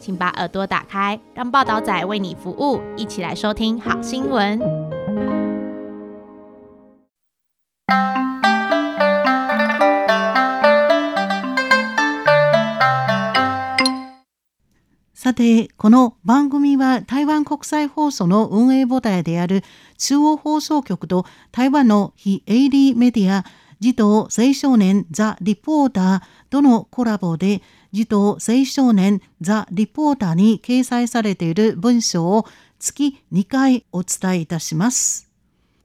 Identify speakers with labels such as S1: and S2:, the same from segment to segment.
S1: 请把耳朵打开，让报道仔为你服务，一起来收听好新闻。
S2: さて、この番組は台湾国際放送の運営母体である中央放送局と台湾の非営利メディア児童青少年ザ・リポーターとのコラボで児童青少年ザ・リポーターに掲載されている文章を月2回お伝えいたします。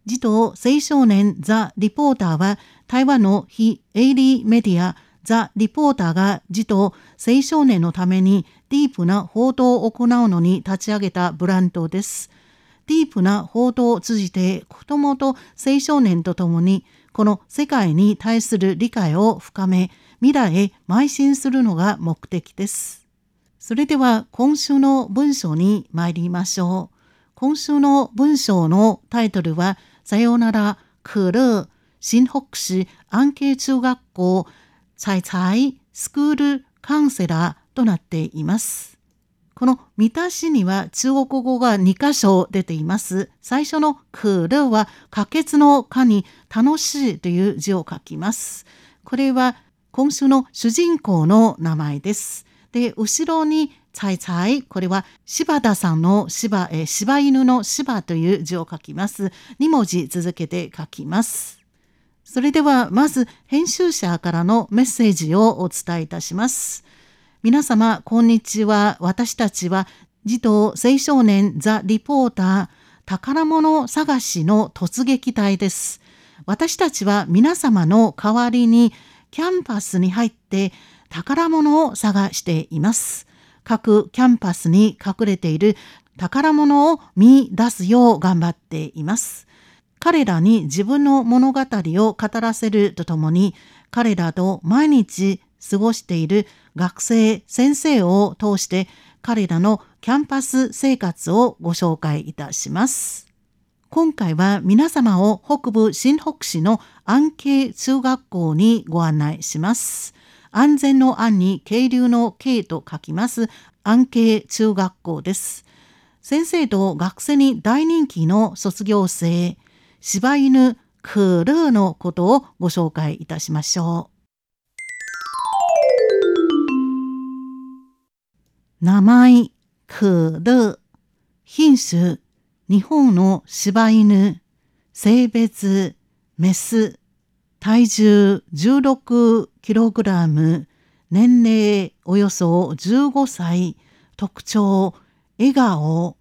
S2: 児童青少年ザ・リポーターは台湾の非営利メディアザ・リポーターが児童青少年のためにディープな報道を行うのに立ち上げたブランドです。ディープな報道を通じて子どもと青少年とともにこの世界に対する理解を深め未来へ邁進するのが目的です。それでは今週の文章に参りましょう。今週の文章のタイトルは、さよなら、クル、新北市安慶中学校、サイサイ、スクール、カウンセラーとなっています。この見出しには中国語が2箇所出ています。最初のクルは、可決の可に楽しいという字を書きます。これは今週の主人公の名前です。で、後ろにサイサイ、これは柴田さんの柴、えー柴犬の柴という字を書きます。2文字続けて書きます。それではまず編集者からのメッセージをお伝えいたします。皆様、こんにちは。私たちは児童青少年ザ・リポーター宝物探しの突撃隊です。私たちは皆様の代わりにキャンパスに入って宝物を探しています。各キャンパスに隠れている宝物を見出すよう頑張っています。彼らに自分の物語を語らせるとともに、彼らと毎日過ごしている学生、先生を通して彼らのキャンパス生活をご紹介いたします。今回は皆様を北部新北市の安慶中学校にご案内します。安全の安に渓流の渓と書きます安慶中学校です。先生と学生に大人気の卒業生、柴犬クルーのことをご紹介いたしましょう。名前、クルー。品種、日本の柴犬。性別、メス。体重 16kg。年齢およそ15歳。特徴、笑顔。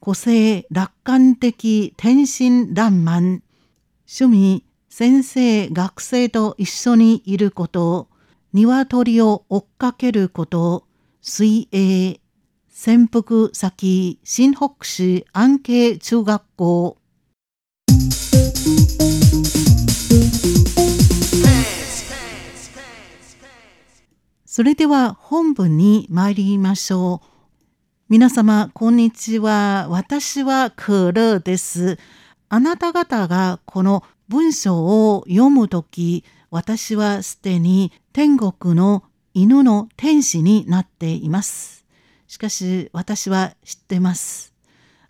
S2: 個性楽観的天真爛漫。趣味、先生、学生と一緒にいること。鶏を追っかけること。水泳。潜伏先、新北市安慶中学校。それでは本文に参りましょう。皆様、こんにちは。私はクルーです。あなた方がこの文章を読むとき、私はすでに天国の犬の天使になっています。しかし、私は知ってます。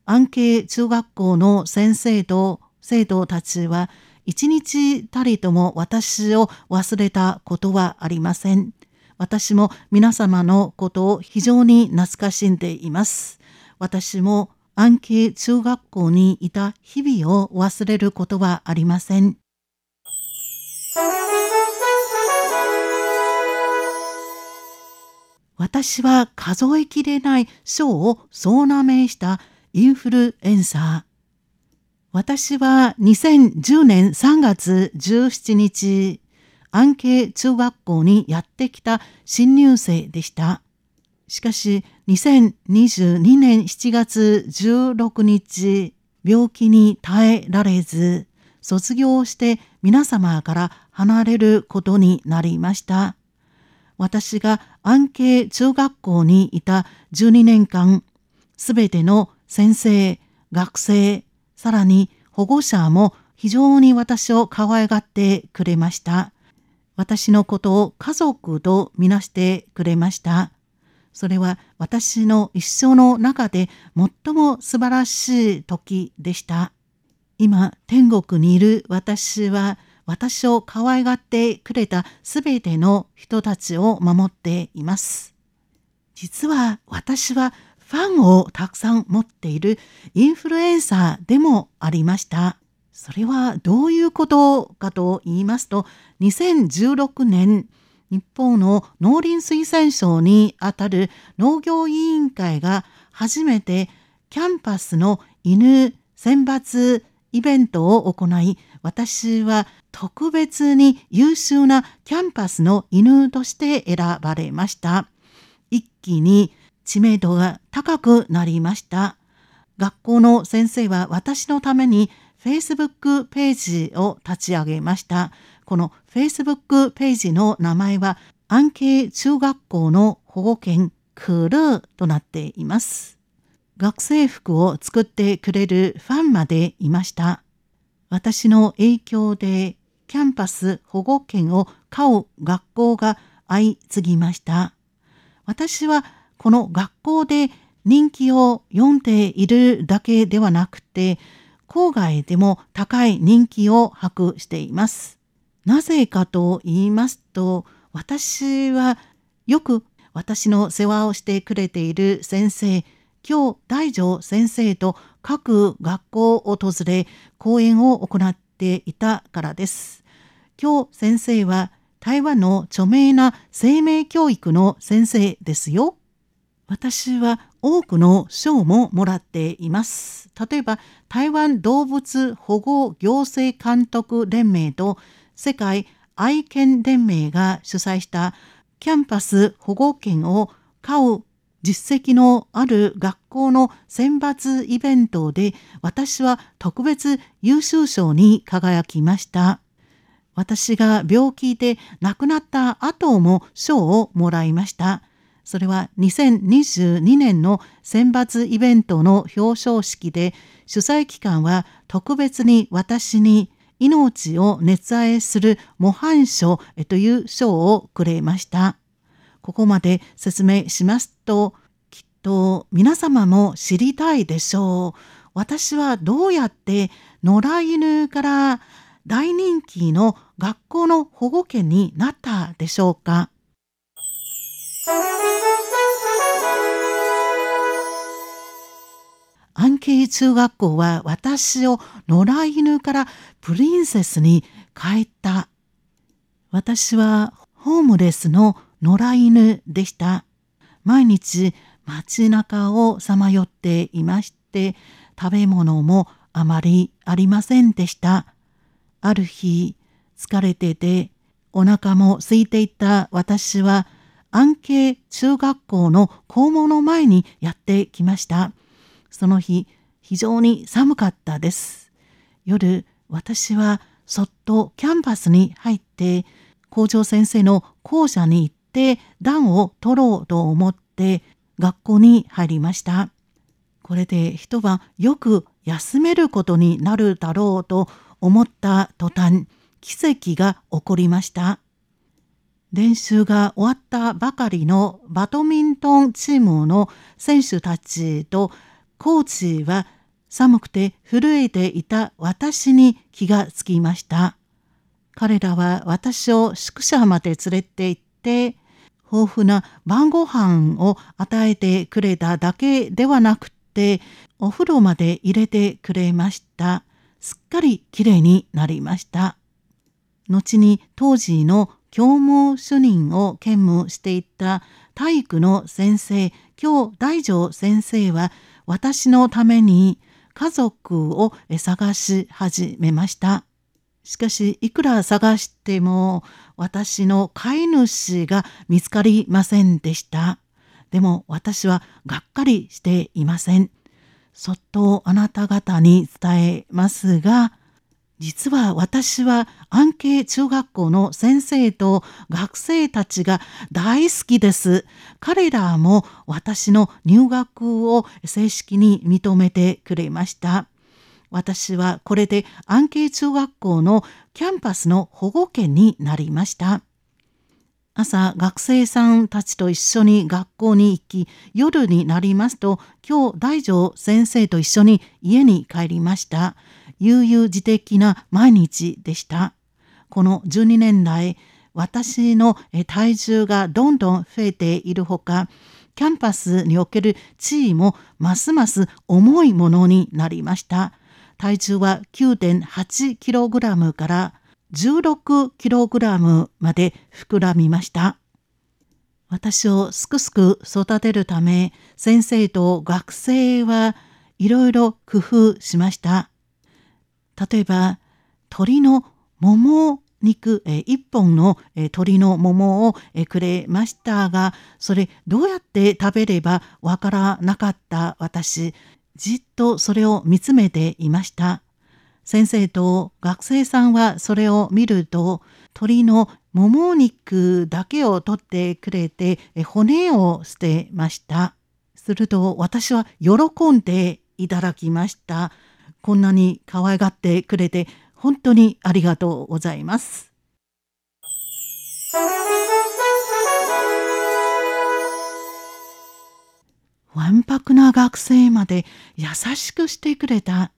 S2: 安慶中学校の先生と生徒たちは、一日たりとも私を忘れたことはありません。私も皆様のことを非常に懐かしんでいます。私も安慶中学校にいた日々を忘れることはありません。私は数えきれない賞を総なめしたインフルエンサー。私は2010年3月17日、安慶中学校にやってきた新入生でした。しかし2022年7月16日病気に耐えられず卒業して皆様から離れることになりました。私が安慶中学校にいた12年間、すべての先生、学生、さらに保護者も非常に私を可愛がってくれました。私のことを家族とみなしてくれました。それは私の一生の中で最も素晴らしい時でした。今、天国にいる私は、私を可愛がってくれたすべての人たちを守っています。実は私はファンをたくさん持っているインフルエンサーでもありました。それはどういうことかと言いますと、2016年、日本の農林水産省にあたる農業委員会が初めてキャンパスの犬選抜イベントを行い、私は特別に優秀なキャンパスの犬として選ばれました。一気に知名度が高くなりました。学校の先生は私のために Facebook ページを立ち上げました。この Facebook ページの名前は安慶中学校の保護犬クルーとなっています。学生服を作ってくれるファンまでいました。私の影響でキャンパス保護権を買う学校が相次ぎました。私はこの学校で人気を読んでいるだけではなくて、郊外でも高い人気を博しています。なぜかと言いますと、私はよく私の世話をしてくれている先生、今日大丈先生と各学校を訪れ、講演を行っていたからです。今日先生は台湾の著名な生命教育の先生ですよ。私は多くの賞ももらっています。例えば、台湾動物保護行政監督連盟と世界愛犬連盟が主催したキャンパス保護犬を飼う実績のある学校の選抜イベントで私は特別優秀賞に輝きました。私が病気で亡くなった後も賞をもらいました。それは2022年の選抜イベントの表彰式で主催機関は特別に私に命を熱愛する模範賞という賞をくれました。ここまで説明しますと、きっと皆様も知りたいでしょう。私はどうやって野良犬から大人気の学校の保護犬になったでしょうか。安慶中学校は私を野良犬からプリンセスに変えた。私はホームレスの野良犬でした。毎日街中をさまよっていまして、食べ物もあまりありませんでした。ある日、疲れてて、お腹も空いていた私は、安慶中学校の校門の前にやってきました。その日、非常に寒かったです。夜、私はそっとキャンパスに入って、校長先生の校舎に行って暖を取ろうと思って学校に入りました。これで一晩よく休めることになるだろうと思った途端、奇跡が起こりました。練習が終わったばかりのバドミントンチームの選手たちとコーチは寒くて震えていた私に気がつきました。彼らは私を宿舎まで連れて行って、豊富な晩ご飯を与えてくれただけではなくて、お風呂まで入れてくれました。すっかりきれいになりました。後に当時の教務主任を兼務していた体育の先生、今日大丈先生は私のために家族を探し始めました。しかし、いくら探しても私の飼い主が見つかりませんでした。でも私はがっかりしていません。そっとあなた方に伝えますが、実は私は安慶中学校の先生と学生たちが大好きです。彼らも私の入学を正式に認めてくれました。私はこれで安慶中学校のキャンパスの保護権になりました。朝学生さんたちと一緒に学校に行き夜になりますと今日大丈先生と一緒に家に帰りました。悠々自適な毎日でした。この12年来、私のえ体重がどんどん増えているほか、キャンパスにおける地位もますます重いものになりました。体重は 9.8kg から 16kg まで膨らみました。私をすくすく育てるため、先生と学生はいろいろ工夫しました。例えば鶏のもも肉、えー一本の、えー鶏のももを、えーくれましたがそれどうやって食べればわからなかった私じっとそれを見つめていました先生と学生さんはそれを見ると鶏のもも肉だけを取ってくれて、えー骨を捨てましたすると私は喜んでいただきましたこんなに可愛がってくれて本当にありがとうございます。わんぱくな学生まで優しくしてくれた。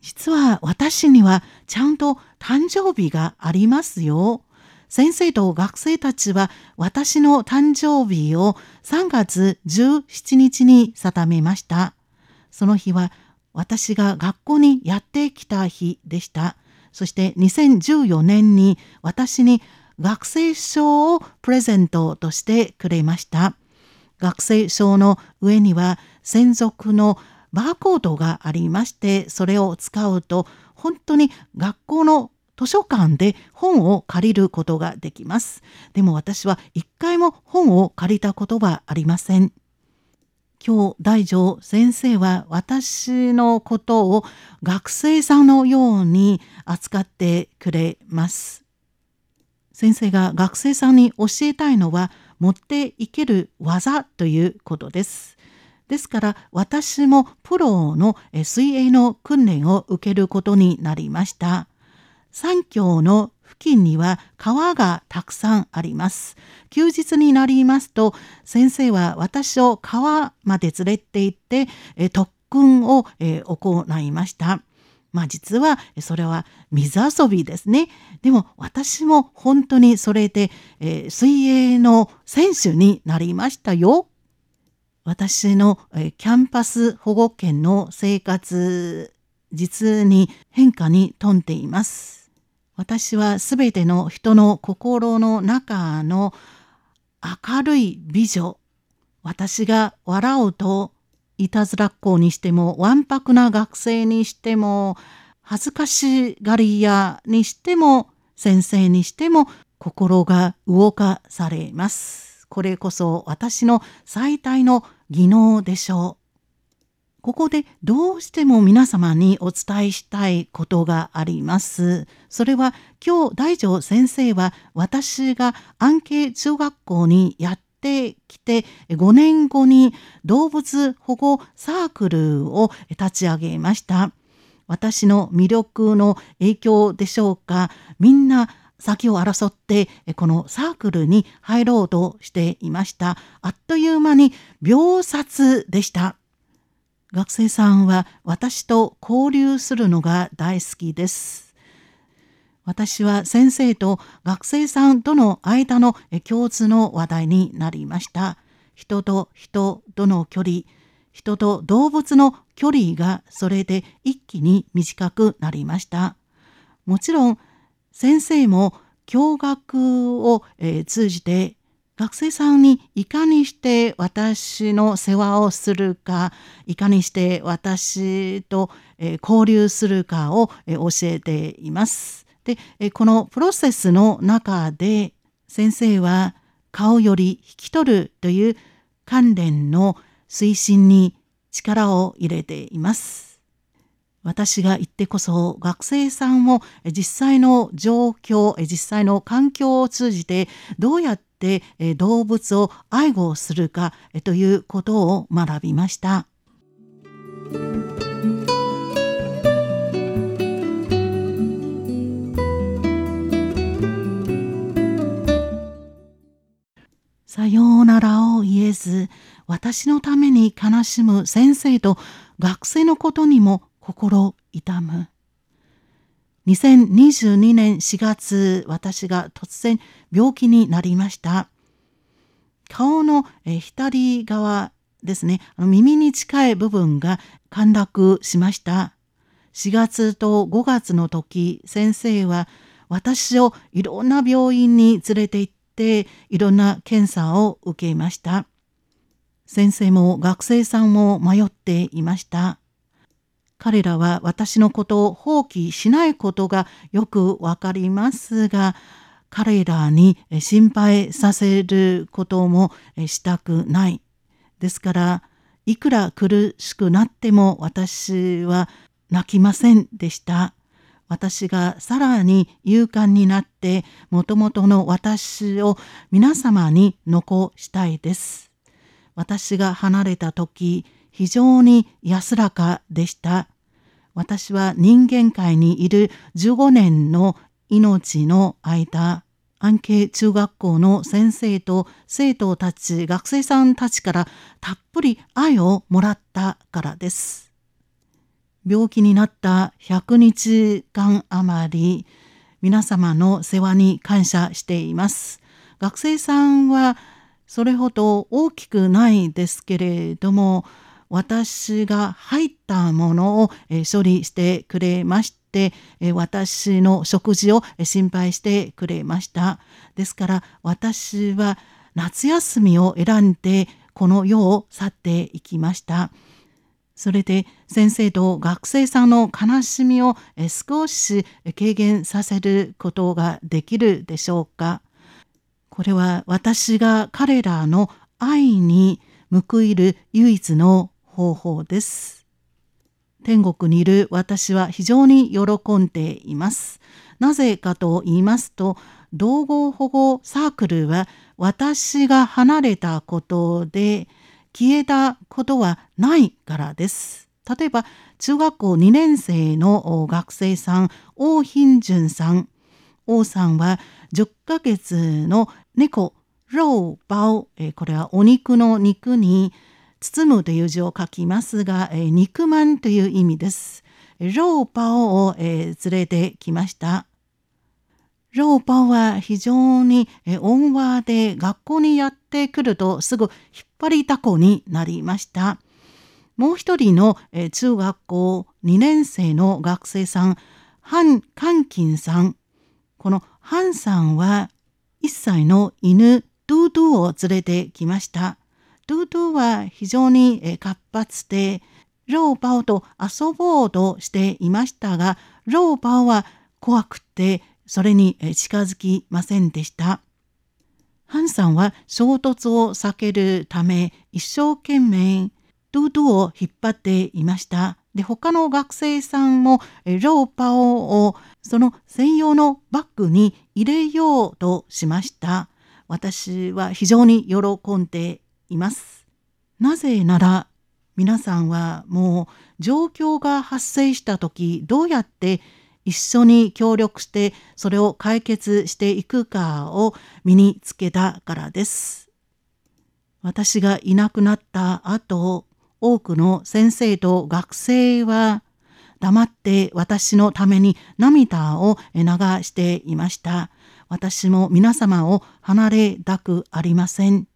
S2: 実は私にはちゃんと誕生日がありますよ。先生と学生たちは私の誕生日を3月17日に定めました。その日は私が学校にやってきた日でした。そして2014年に私に学生証をプレゼントとしてくれました。学生証の上には専属のバーコードがありまして、それを使うと本当に学校の図書館で本を借りることができます。でも私は一回も本を借りたことはありません。今日大丈先生は私のことを学生さんのように扱ってくれます。先生が学生さんに教えたいのは持っていける技ということです。ですから私もプロのえ水泳の訓練を受けることになりました。三峡の付近には川がたくさんあります。休日になりますと先生は私を川まで連れて行って、えー特訓を、えー行いました。まあ実はえーそれは水遊びですね。でも私も本当にそれで、えー水泳の選手になりましたよ。私の、えーキャンパス保護圏の生活実に変化に富んでいます。私はすべての人の心の中の明るい美女。私が笑うと、いたずらっ子にしても、わんぱくな学生にしても、恥ずかしがり屋にしても、先生にしても、心が動かされます。これこそ私の最大の技能でしょう。ここでどうしても皆様にお伝えしたいことがあります。それは今日大丈先生は私が安慶中学校にやってきて5年後に動物保護サークルを立ち上げました。私の魅力の影響でしょうかみんな先を争ってこのサークルに入ろうとしていました。あっという間に秒殺でした。学生さんは私と交流するのが大好きです。私は先生と学生さんとの間のえ共通の話題になりました。人と人との距離、人と動物の距離がそれで一気に短くなりました。もちろん先生も教学を、えー通じて学生さんにいかにして私の世話をするかいかにして私と、えー交流するかを、えー教えています。で、えーこのプロセスの中で先生は顔より引き取るという関連の推進に力を入れています。私が言ってこそ学生さんをえ実際の状況、え実際の環境を通じてどうやってえ動物を愛護するかえということを学びました。さようならを言えず、私のために悲しむ先生と学生のことにも心痛む。2022年4月、私が突然病気になりました。顔のえー左側ですね、あの耳に近い部分が陥落しました。4月と5月の時、先生は私をいろんな病院に連れて行って、いろんな検査を受けました。先生も学生さんも迷っていました。彼らは私のことを放棄しないことがよくわかりますが、彼らにえ心配させることもえしたくない。ですから、いくら苦しくなっても私は泣きませんでした。私がさらに勇敢になって、もともとの私を皆様に残したいです。私が離れた時、非常に安らかでした。私は人間界にいる15年の命の間、安慶中学校の先生と生徒たち、学生さんたちからたっぷり愛をもらったからです。病気になった100日間余り、皆様の世話に感謝しています。学生さんはそれほど大きくないですけれども、私が入ったものをえー処理してくれまして、えー私の食事をえー心配してくれました。ですから私は夏休みを選んでこの世を去っていきました。それで先生と学生さんの悲しみをえー少し軽減させることができるでしょうか。これは私が彼らの愛に報いる唯一の方法です。天国にいる私は非常に喜んでいます。なぜかと言いますと、道後保護サークルは私が離れたことで消えたことはないからです。例えば、中学校2年生のお学生さん、王品順さん。王さんは10ヶ月の猫、ローバオ、えーこれはお肉の肉に包むという字を書きますが、えー肉まんという意味です。えーローバオを、えー連れてきました。ローバオは非常にえー温和で学校にやってくるとすぐ引っ張りだこになりました。もう一人のえー中学校2年生の学生さん、ハン・カンキンさん。このハンさんは1歳の犬ドゥドゥを連れてきました。ドゥドゥは非常にえー活発で、ローバオと遊ぼうとしていましたが、ローバオは怖くてそれにえー近づきませんでした。ハンさんは衝突を避けるため一生懸命ドゥドゥを引っ張っていました。で、他の学生さんもえーローバオをその専用のバッグに入れようとしました。私は非常に喜んでいます。なぜなら皆さんはもう状況が発生した時どうやって一緒に協力してそれを解決していくかを身につけたからです。私がいなくなった後多くの先生と学生は黙って私のために涙を流していました。私も皆様を離れたくありません。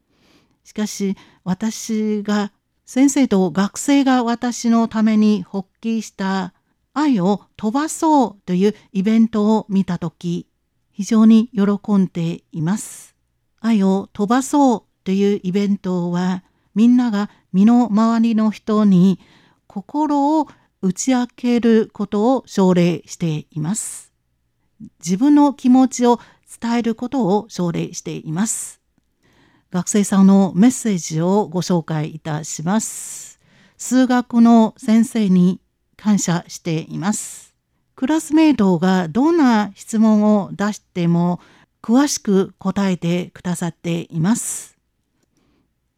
S2: しかし私が先生と学生が私のために発起した愛を飛ばそうというイベントを見たとき、非常に喜んでいます。愛を飛ばそうというイベントは、みんなが身の回りの人に心を打ち明けることを奨励しています。自分の気持ちを伝えることを奨励しています。学生さんのメッセージをご紹介いたします。数学の先生に感謝しています。クラスメートがどんな質問を出しても詳しく答えてくださっています。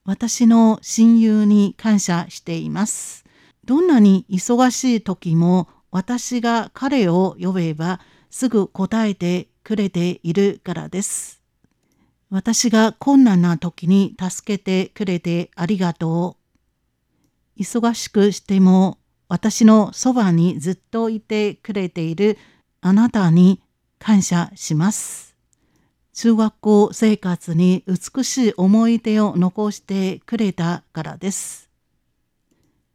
S2: 私の親友に感謝しています。どんなに忙しい時も私が彼を呼べばすぐ答えてくれているからです。私が困難な時に助けてくれてありがとう。忙しくしても私のそばにずっといてくれているあなたに感謝します。中学校生活に美しい思い出を残してくれたからです。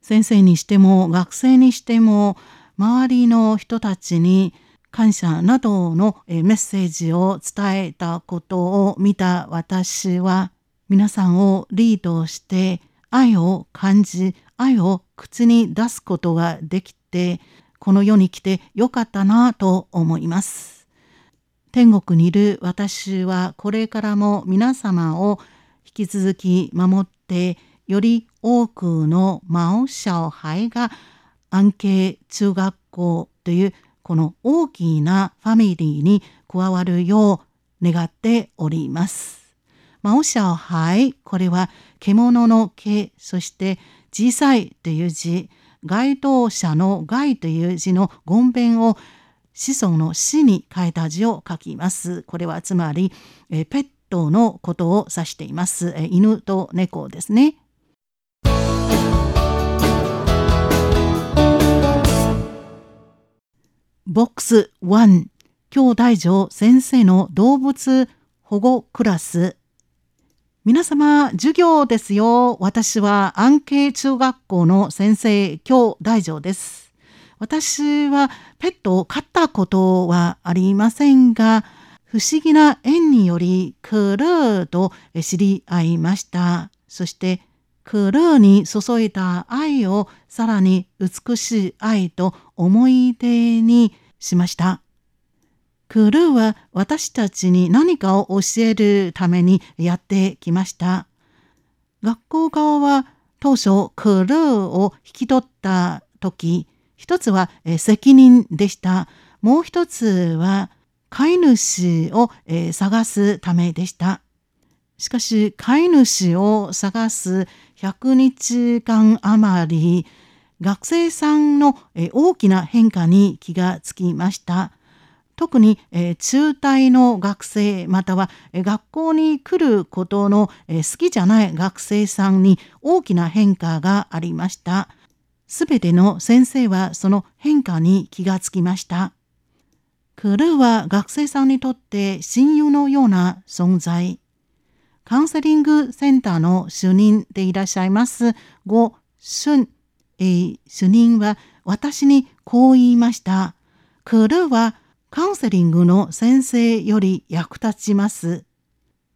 S2: 先生にしても学生にしても周りの人たちに感謝などのえーメッセージを伝えたことを見た私は皆さんをリードして愛を感じ愛を口に出すことができてこの世に来てよかったなと思います。天国にいる私はこれからも皆様を引き続き守ってより多くの魔王者杯が安慶中学校というこの大きなファミリーに加わるよう願っております。魔王者杯これは獣の毛そして小さいという字該当者の害という字のゴンベンを子孫の死に変えた字を書きます。これはつまり、えーペットのことを指しています。えー犬と猫ですね。ボックス1兄弟城先生の動物保護クラス皆様授業ですよ私は安慶中学校の先生兄弟城です私はペットを飼ったことはありませんが不思議な縁によりクルーと知り合いましたそしてクルーに注いだ愛をさらに美しい愛と思い出にしました。クルーは私たちに何かを教えるためにやってきました。学校側は当初クルーを引き取った時一つはえー責任でしたもう一つは飼い主をえー探すためでしたしかし飼い主を探す100日間余り学生さんのえー大きな変化に気がつきました。特に、えー中退の学生または、えー学校に来ることの、えー好きじゃない学生さんに大きな変化がありました。すべての先生はその変化に気がつきました。クルーは学生さんにとって親友のような存在。カウンセリングセンターの主任でいらっしゃいますご俊、えー主任は私にこう言いました。クルーはカウンセリングの先生より役立ちます。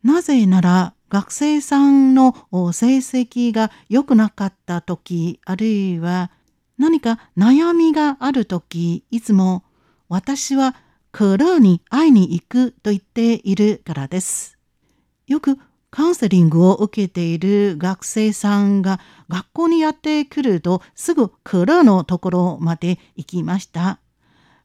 S2: なぜなら学生さんのお成績が良くなかった時あるいは何か悩みがある時いつも私はクルーに会いに行くと言っているからです。よくカウンセリングを受けている学生さんが学校にやってくるとすぐクルーのところまで行きました。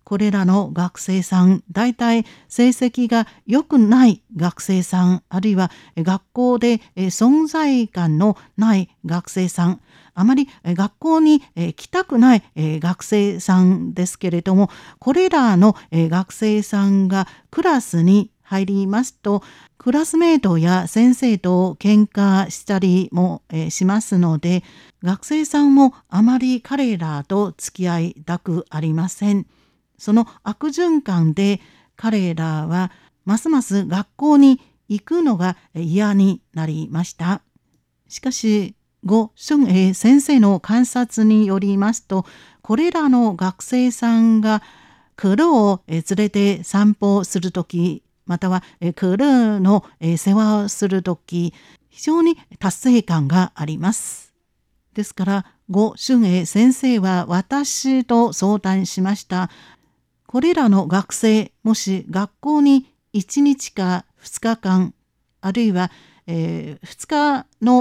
S2: これらの学生さん、大体成績が良くない学生さん、あるいはえ学校でえ存在感のない学生さん、あまりえ学校にえ来たくないえ学生さんですけれども、これらのえ学生さんがクラスに入りますと、クラスメートや先生と喧嘩したりもえーしますので、学生さんもあまり彼らと付き合いたくありません。その悪循環で彼らはますます学校に行くのが嫌になりました。しかし、ゴ・シュンエイ先生の観察によりますと、これらの学生さんがクルーをえー連れて散歩するとき、またはえークルーのえー世話をするとき、非常に達成感があります。ですから、ゴ・シュンエイ先生は私と相談しました。これらの学生、もし学校に1日か2日間、あるいはえー2日の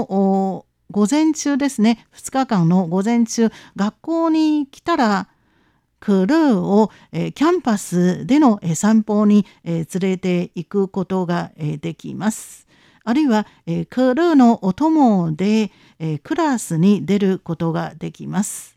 S2: お午前中ですね2日間の午前中学校に来たらクルーを、えーキャンパスでの、えー散歩に、えー連れて行くことが、えーできます。あるいは、えークルーのお供で、えークラスに出ることができます。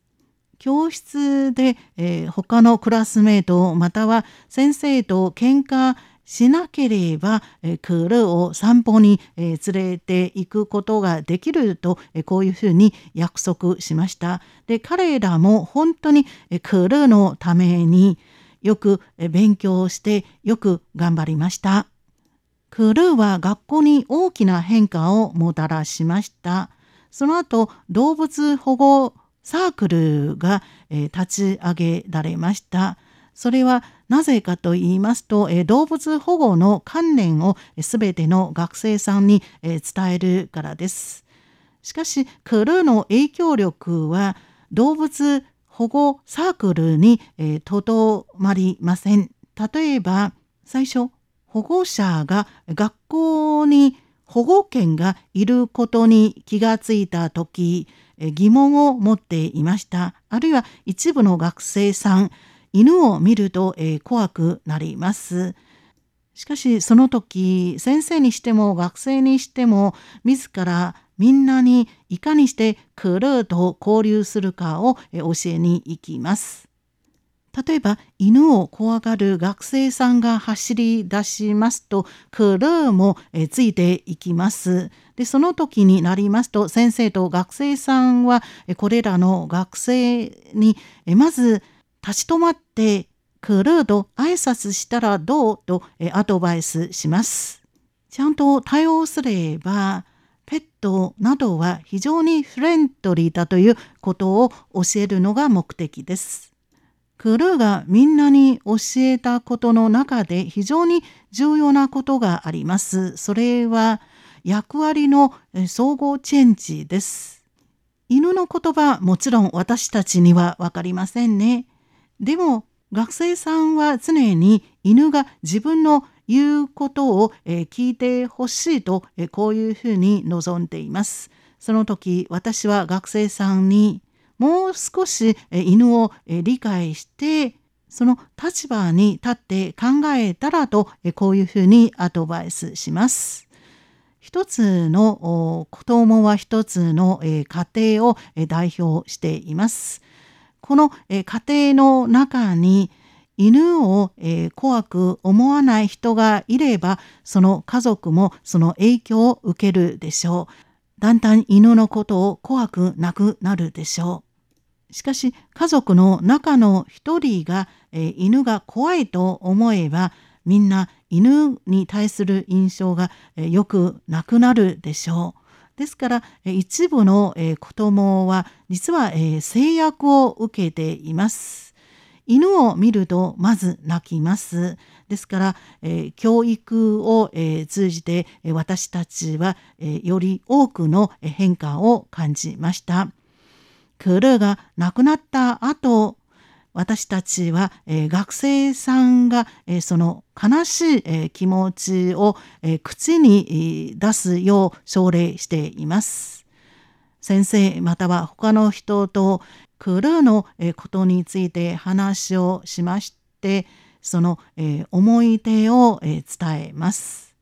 S2: 教室で、えー他のクラスメートまたは先生と喧嘩しなければ、えークルーを散歩に、えー連れて行くことができると、えーこういうふうに約束しました。で彼らも本当に、えークルーのためによく、えー勉強をしてよく頑張りました。クルーは学校に大きな変化をもたらしました。その後動物保護サークルが、えー立ち上げられました。それはなぜかと言いますと、えー動物保護の観念をすべての学生さんに、えー伝えるからです。しかしクルーの影響力は動物保護サークルにえーとど、まりません。例えば最初保護者が学校に保護犬がいることに気がついた時えー疑問を持っていました。あるいは一部の学生さん犬を見ると、えー怖くなります。しかしその時先生にしても学生にしても自らみんなにいかにしてクルーと交流するかをえ教えに行きます。例えば犬を怖がる学生さんが走り出しますとクルーもえついていきます。でその時になりますと先生と学生さんはえこれらの学生にえまず立ち止まってクルーと挨拶したらどうとえアドバイスします。ちゃんと対応すればペットなどは非常にフレンドリーだということを教えるのが目的です。クルーがみんなに教えたことの中で非常に重要なことがあります。それは役割のえ総合チェンジです。犬の言葉もちろん私たちにはわかりませんね。でも学生さんは常に犬が自分の言うことを、えー聞いてほしいと、えーこういうふうに望んでいます。その時私は学生さんにもう少し、えー犬を、えー理解してその立場に立って考えたらと、えーこういうふうにアドバイスします。一つのお子供は一つの、えー家庭を、えー代表しています。この、えー家庭の中に犬を、えー怖く思わない人がいればその家族もその影響を受けるでしょう。だんだん犬のことを怖くなくなるでしょう。しかし家族の中の一人が、えー犬が怖いと思えばみんな犬に対する印象が、えーよくなくなるでしょう。ですからえー一部のえー子供は実はえー制約を受けています。犬を見るとまず泣きます。ですから、えー教育を、えー通じてえー私たちは、えーより多くのえー変化を感じました。クルーが亡くなった後私たちは、えー学生さんが、えーその悲しい、えー気持ちを、えー口にえー出すよう奨励しています。先生または他の人とクルーのえーことについて話をしましてそのえー思い出をえー伝えます。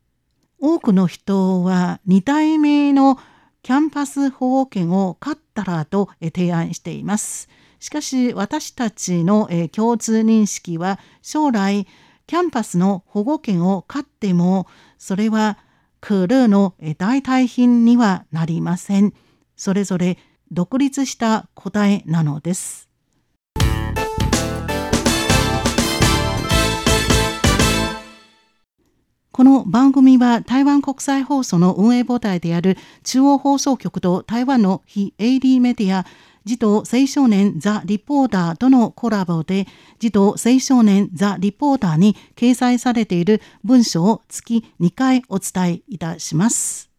S2: 多くの人は2代目のキャンパス保護権を買ったらとえー提案しています。しかし私たちのえー共通認識は将来キャンパスの保護権を買ってもそれはクルーのえー代替品にはなりません。それぞれ独立した答えなのです。この番組は台湾国際放送の運営母体である中央放送局と台湾の非営利メディア児童青少年ザ・リポーターとのコラボで児童青少年ザ・リポーターに掲載されている文章を月2回お伝えいたします。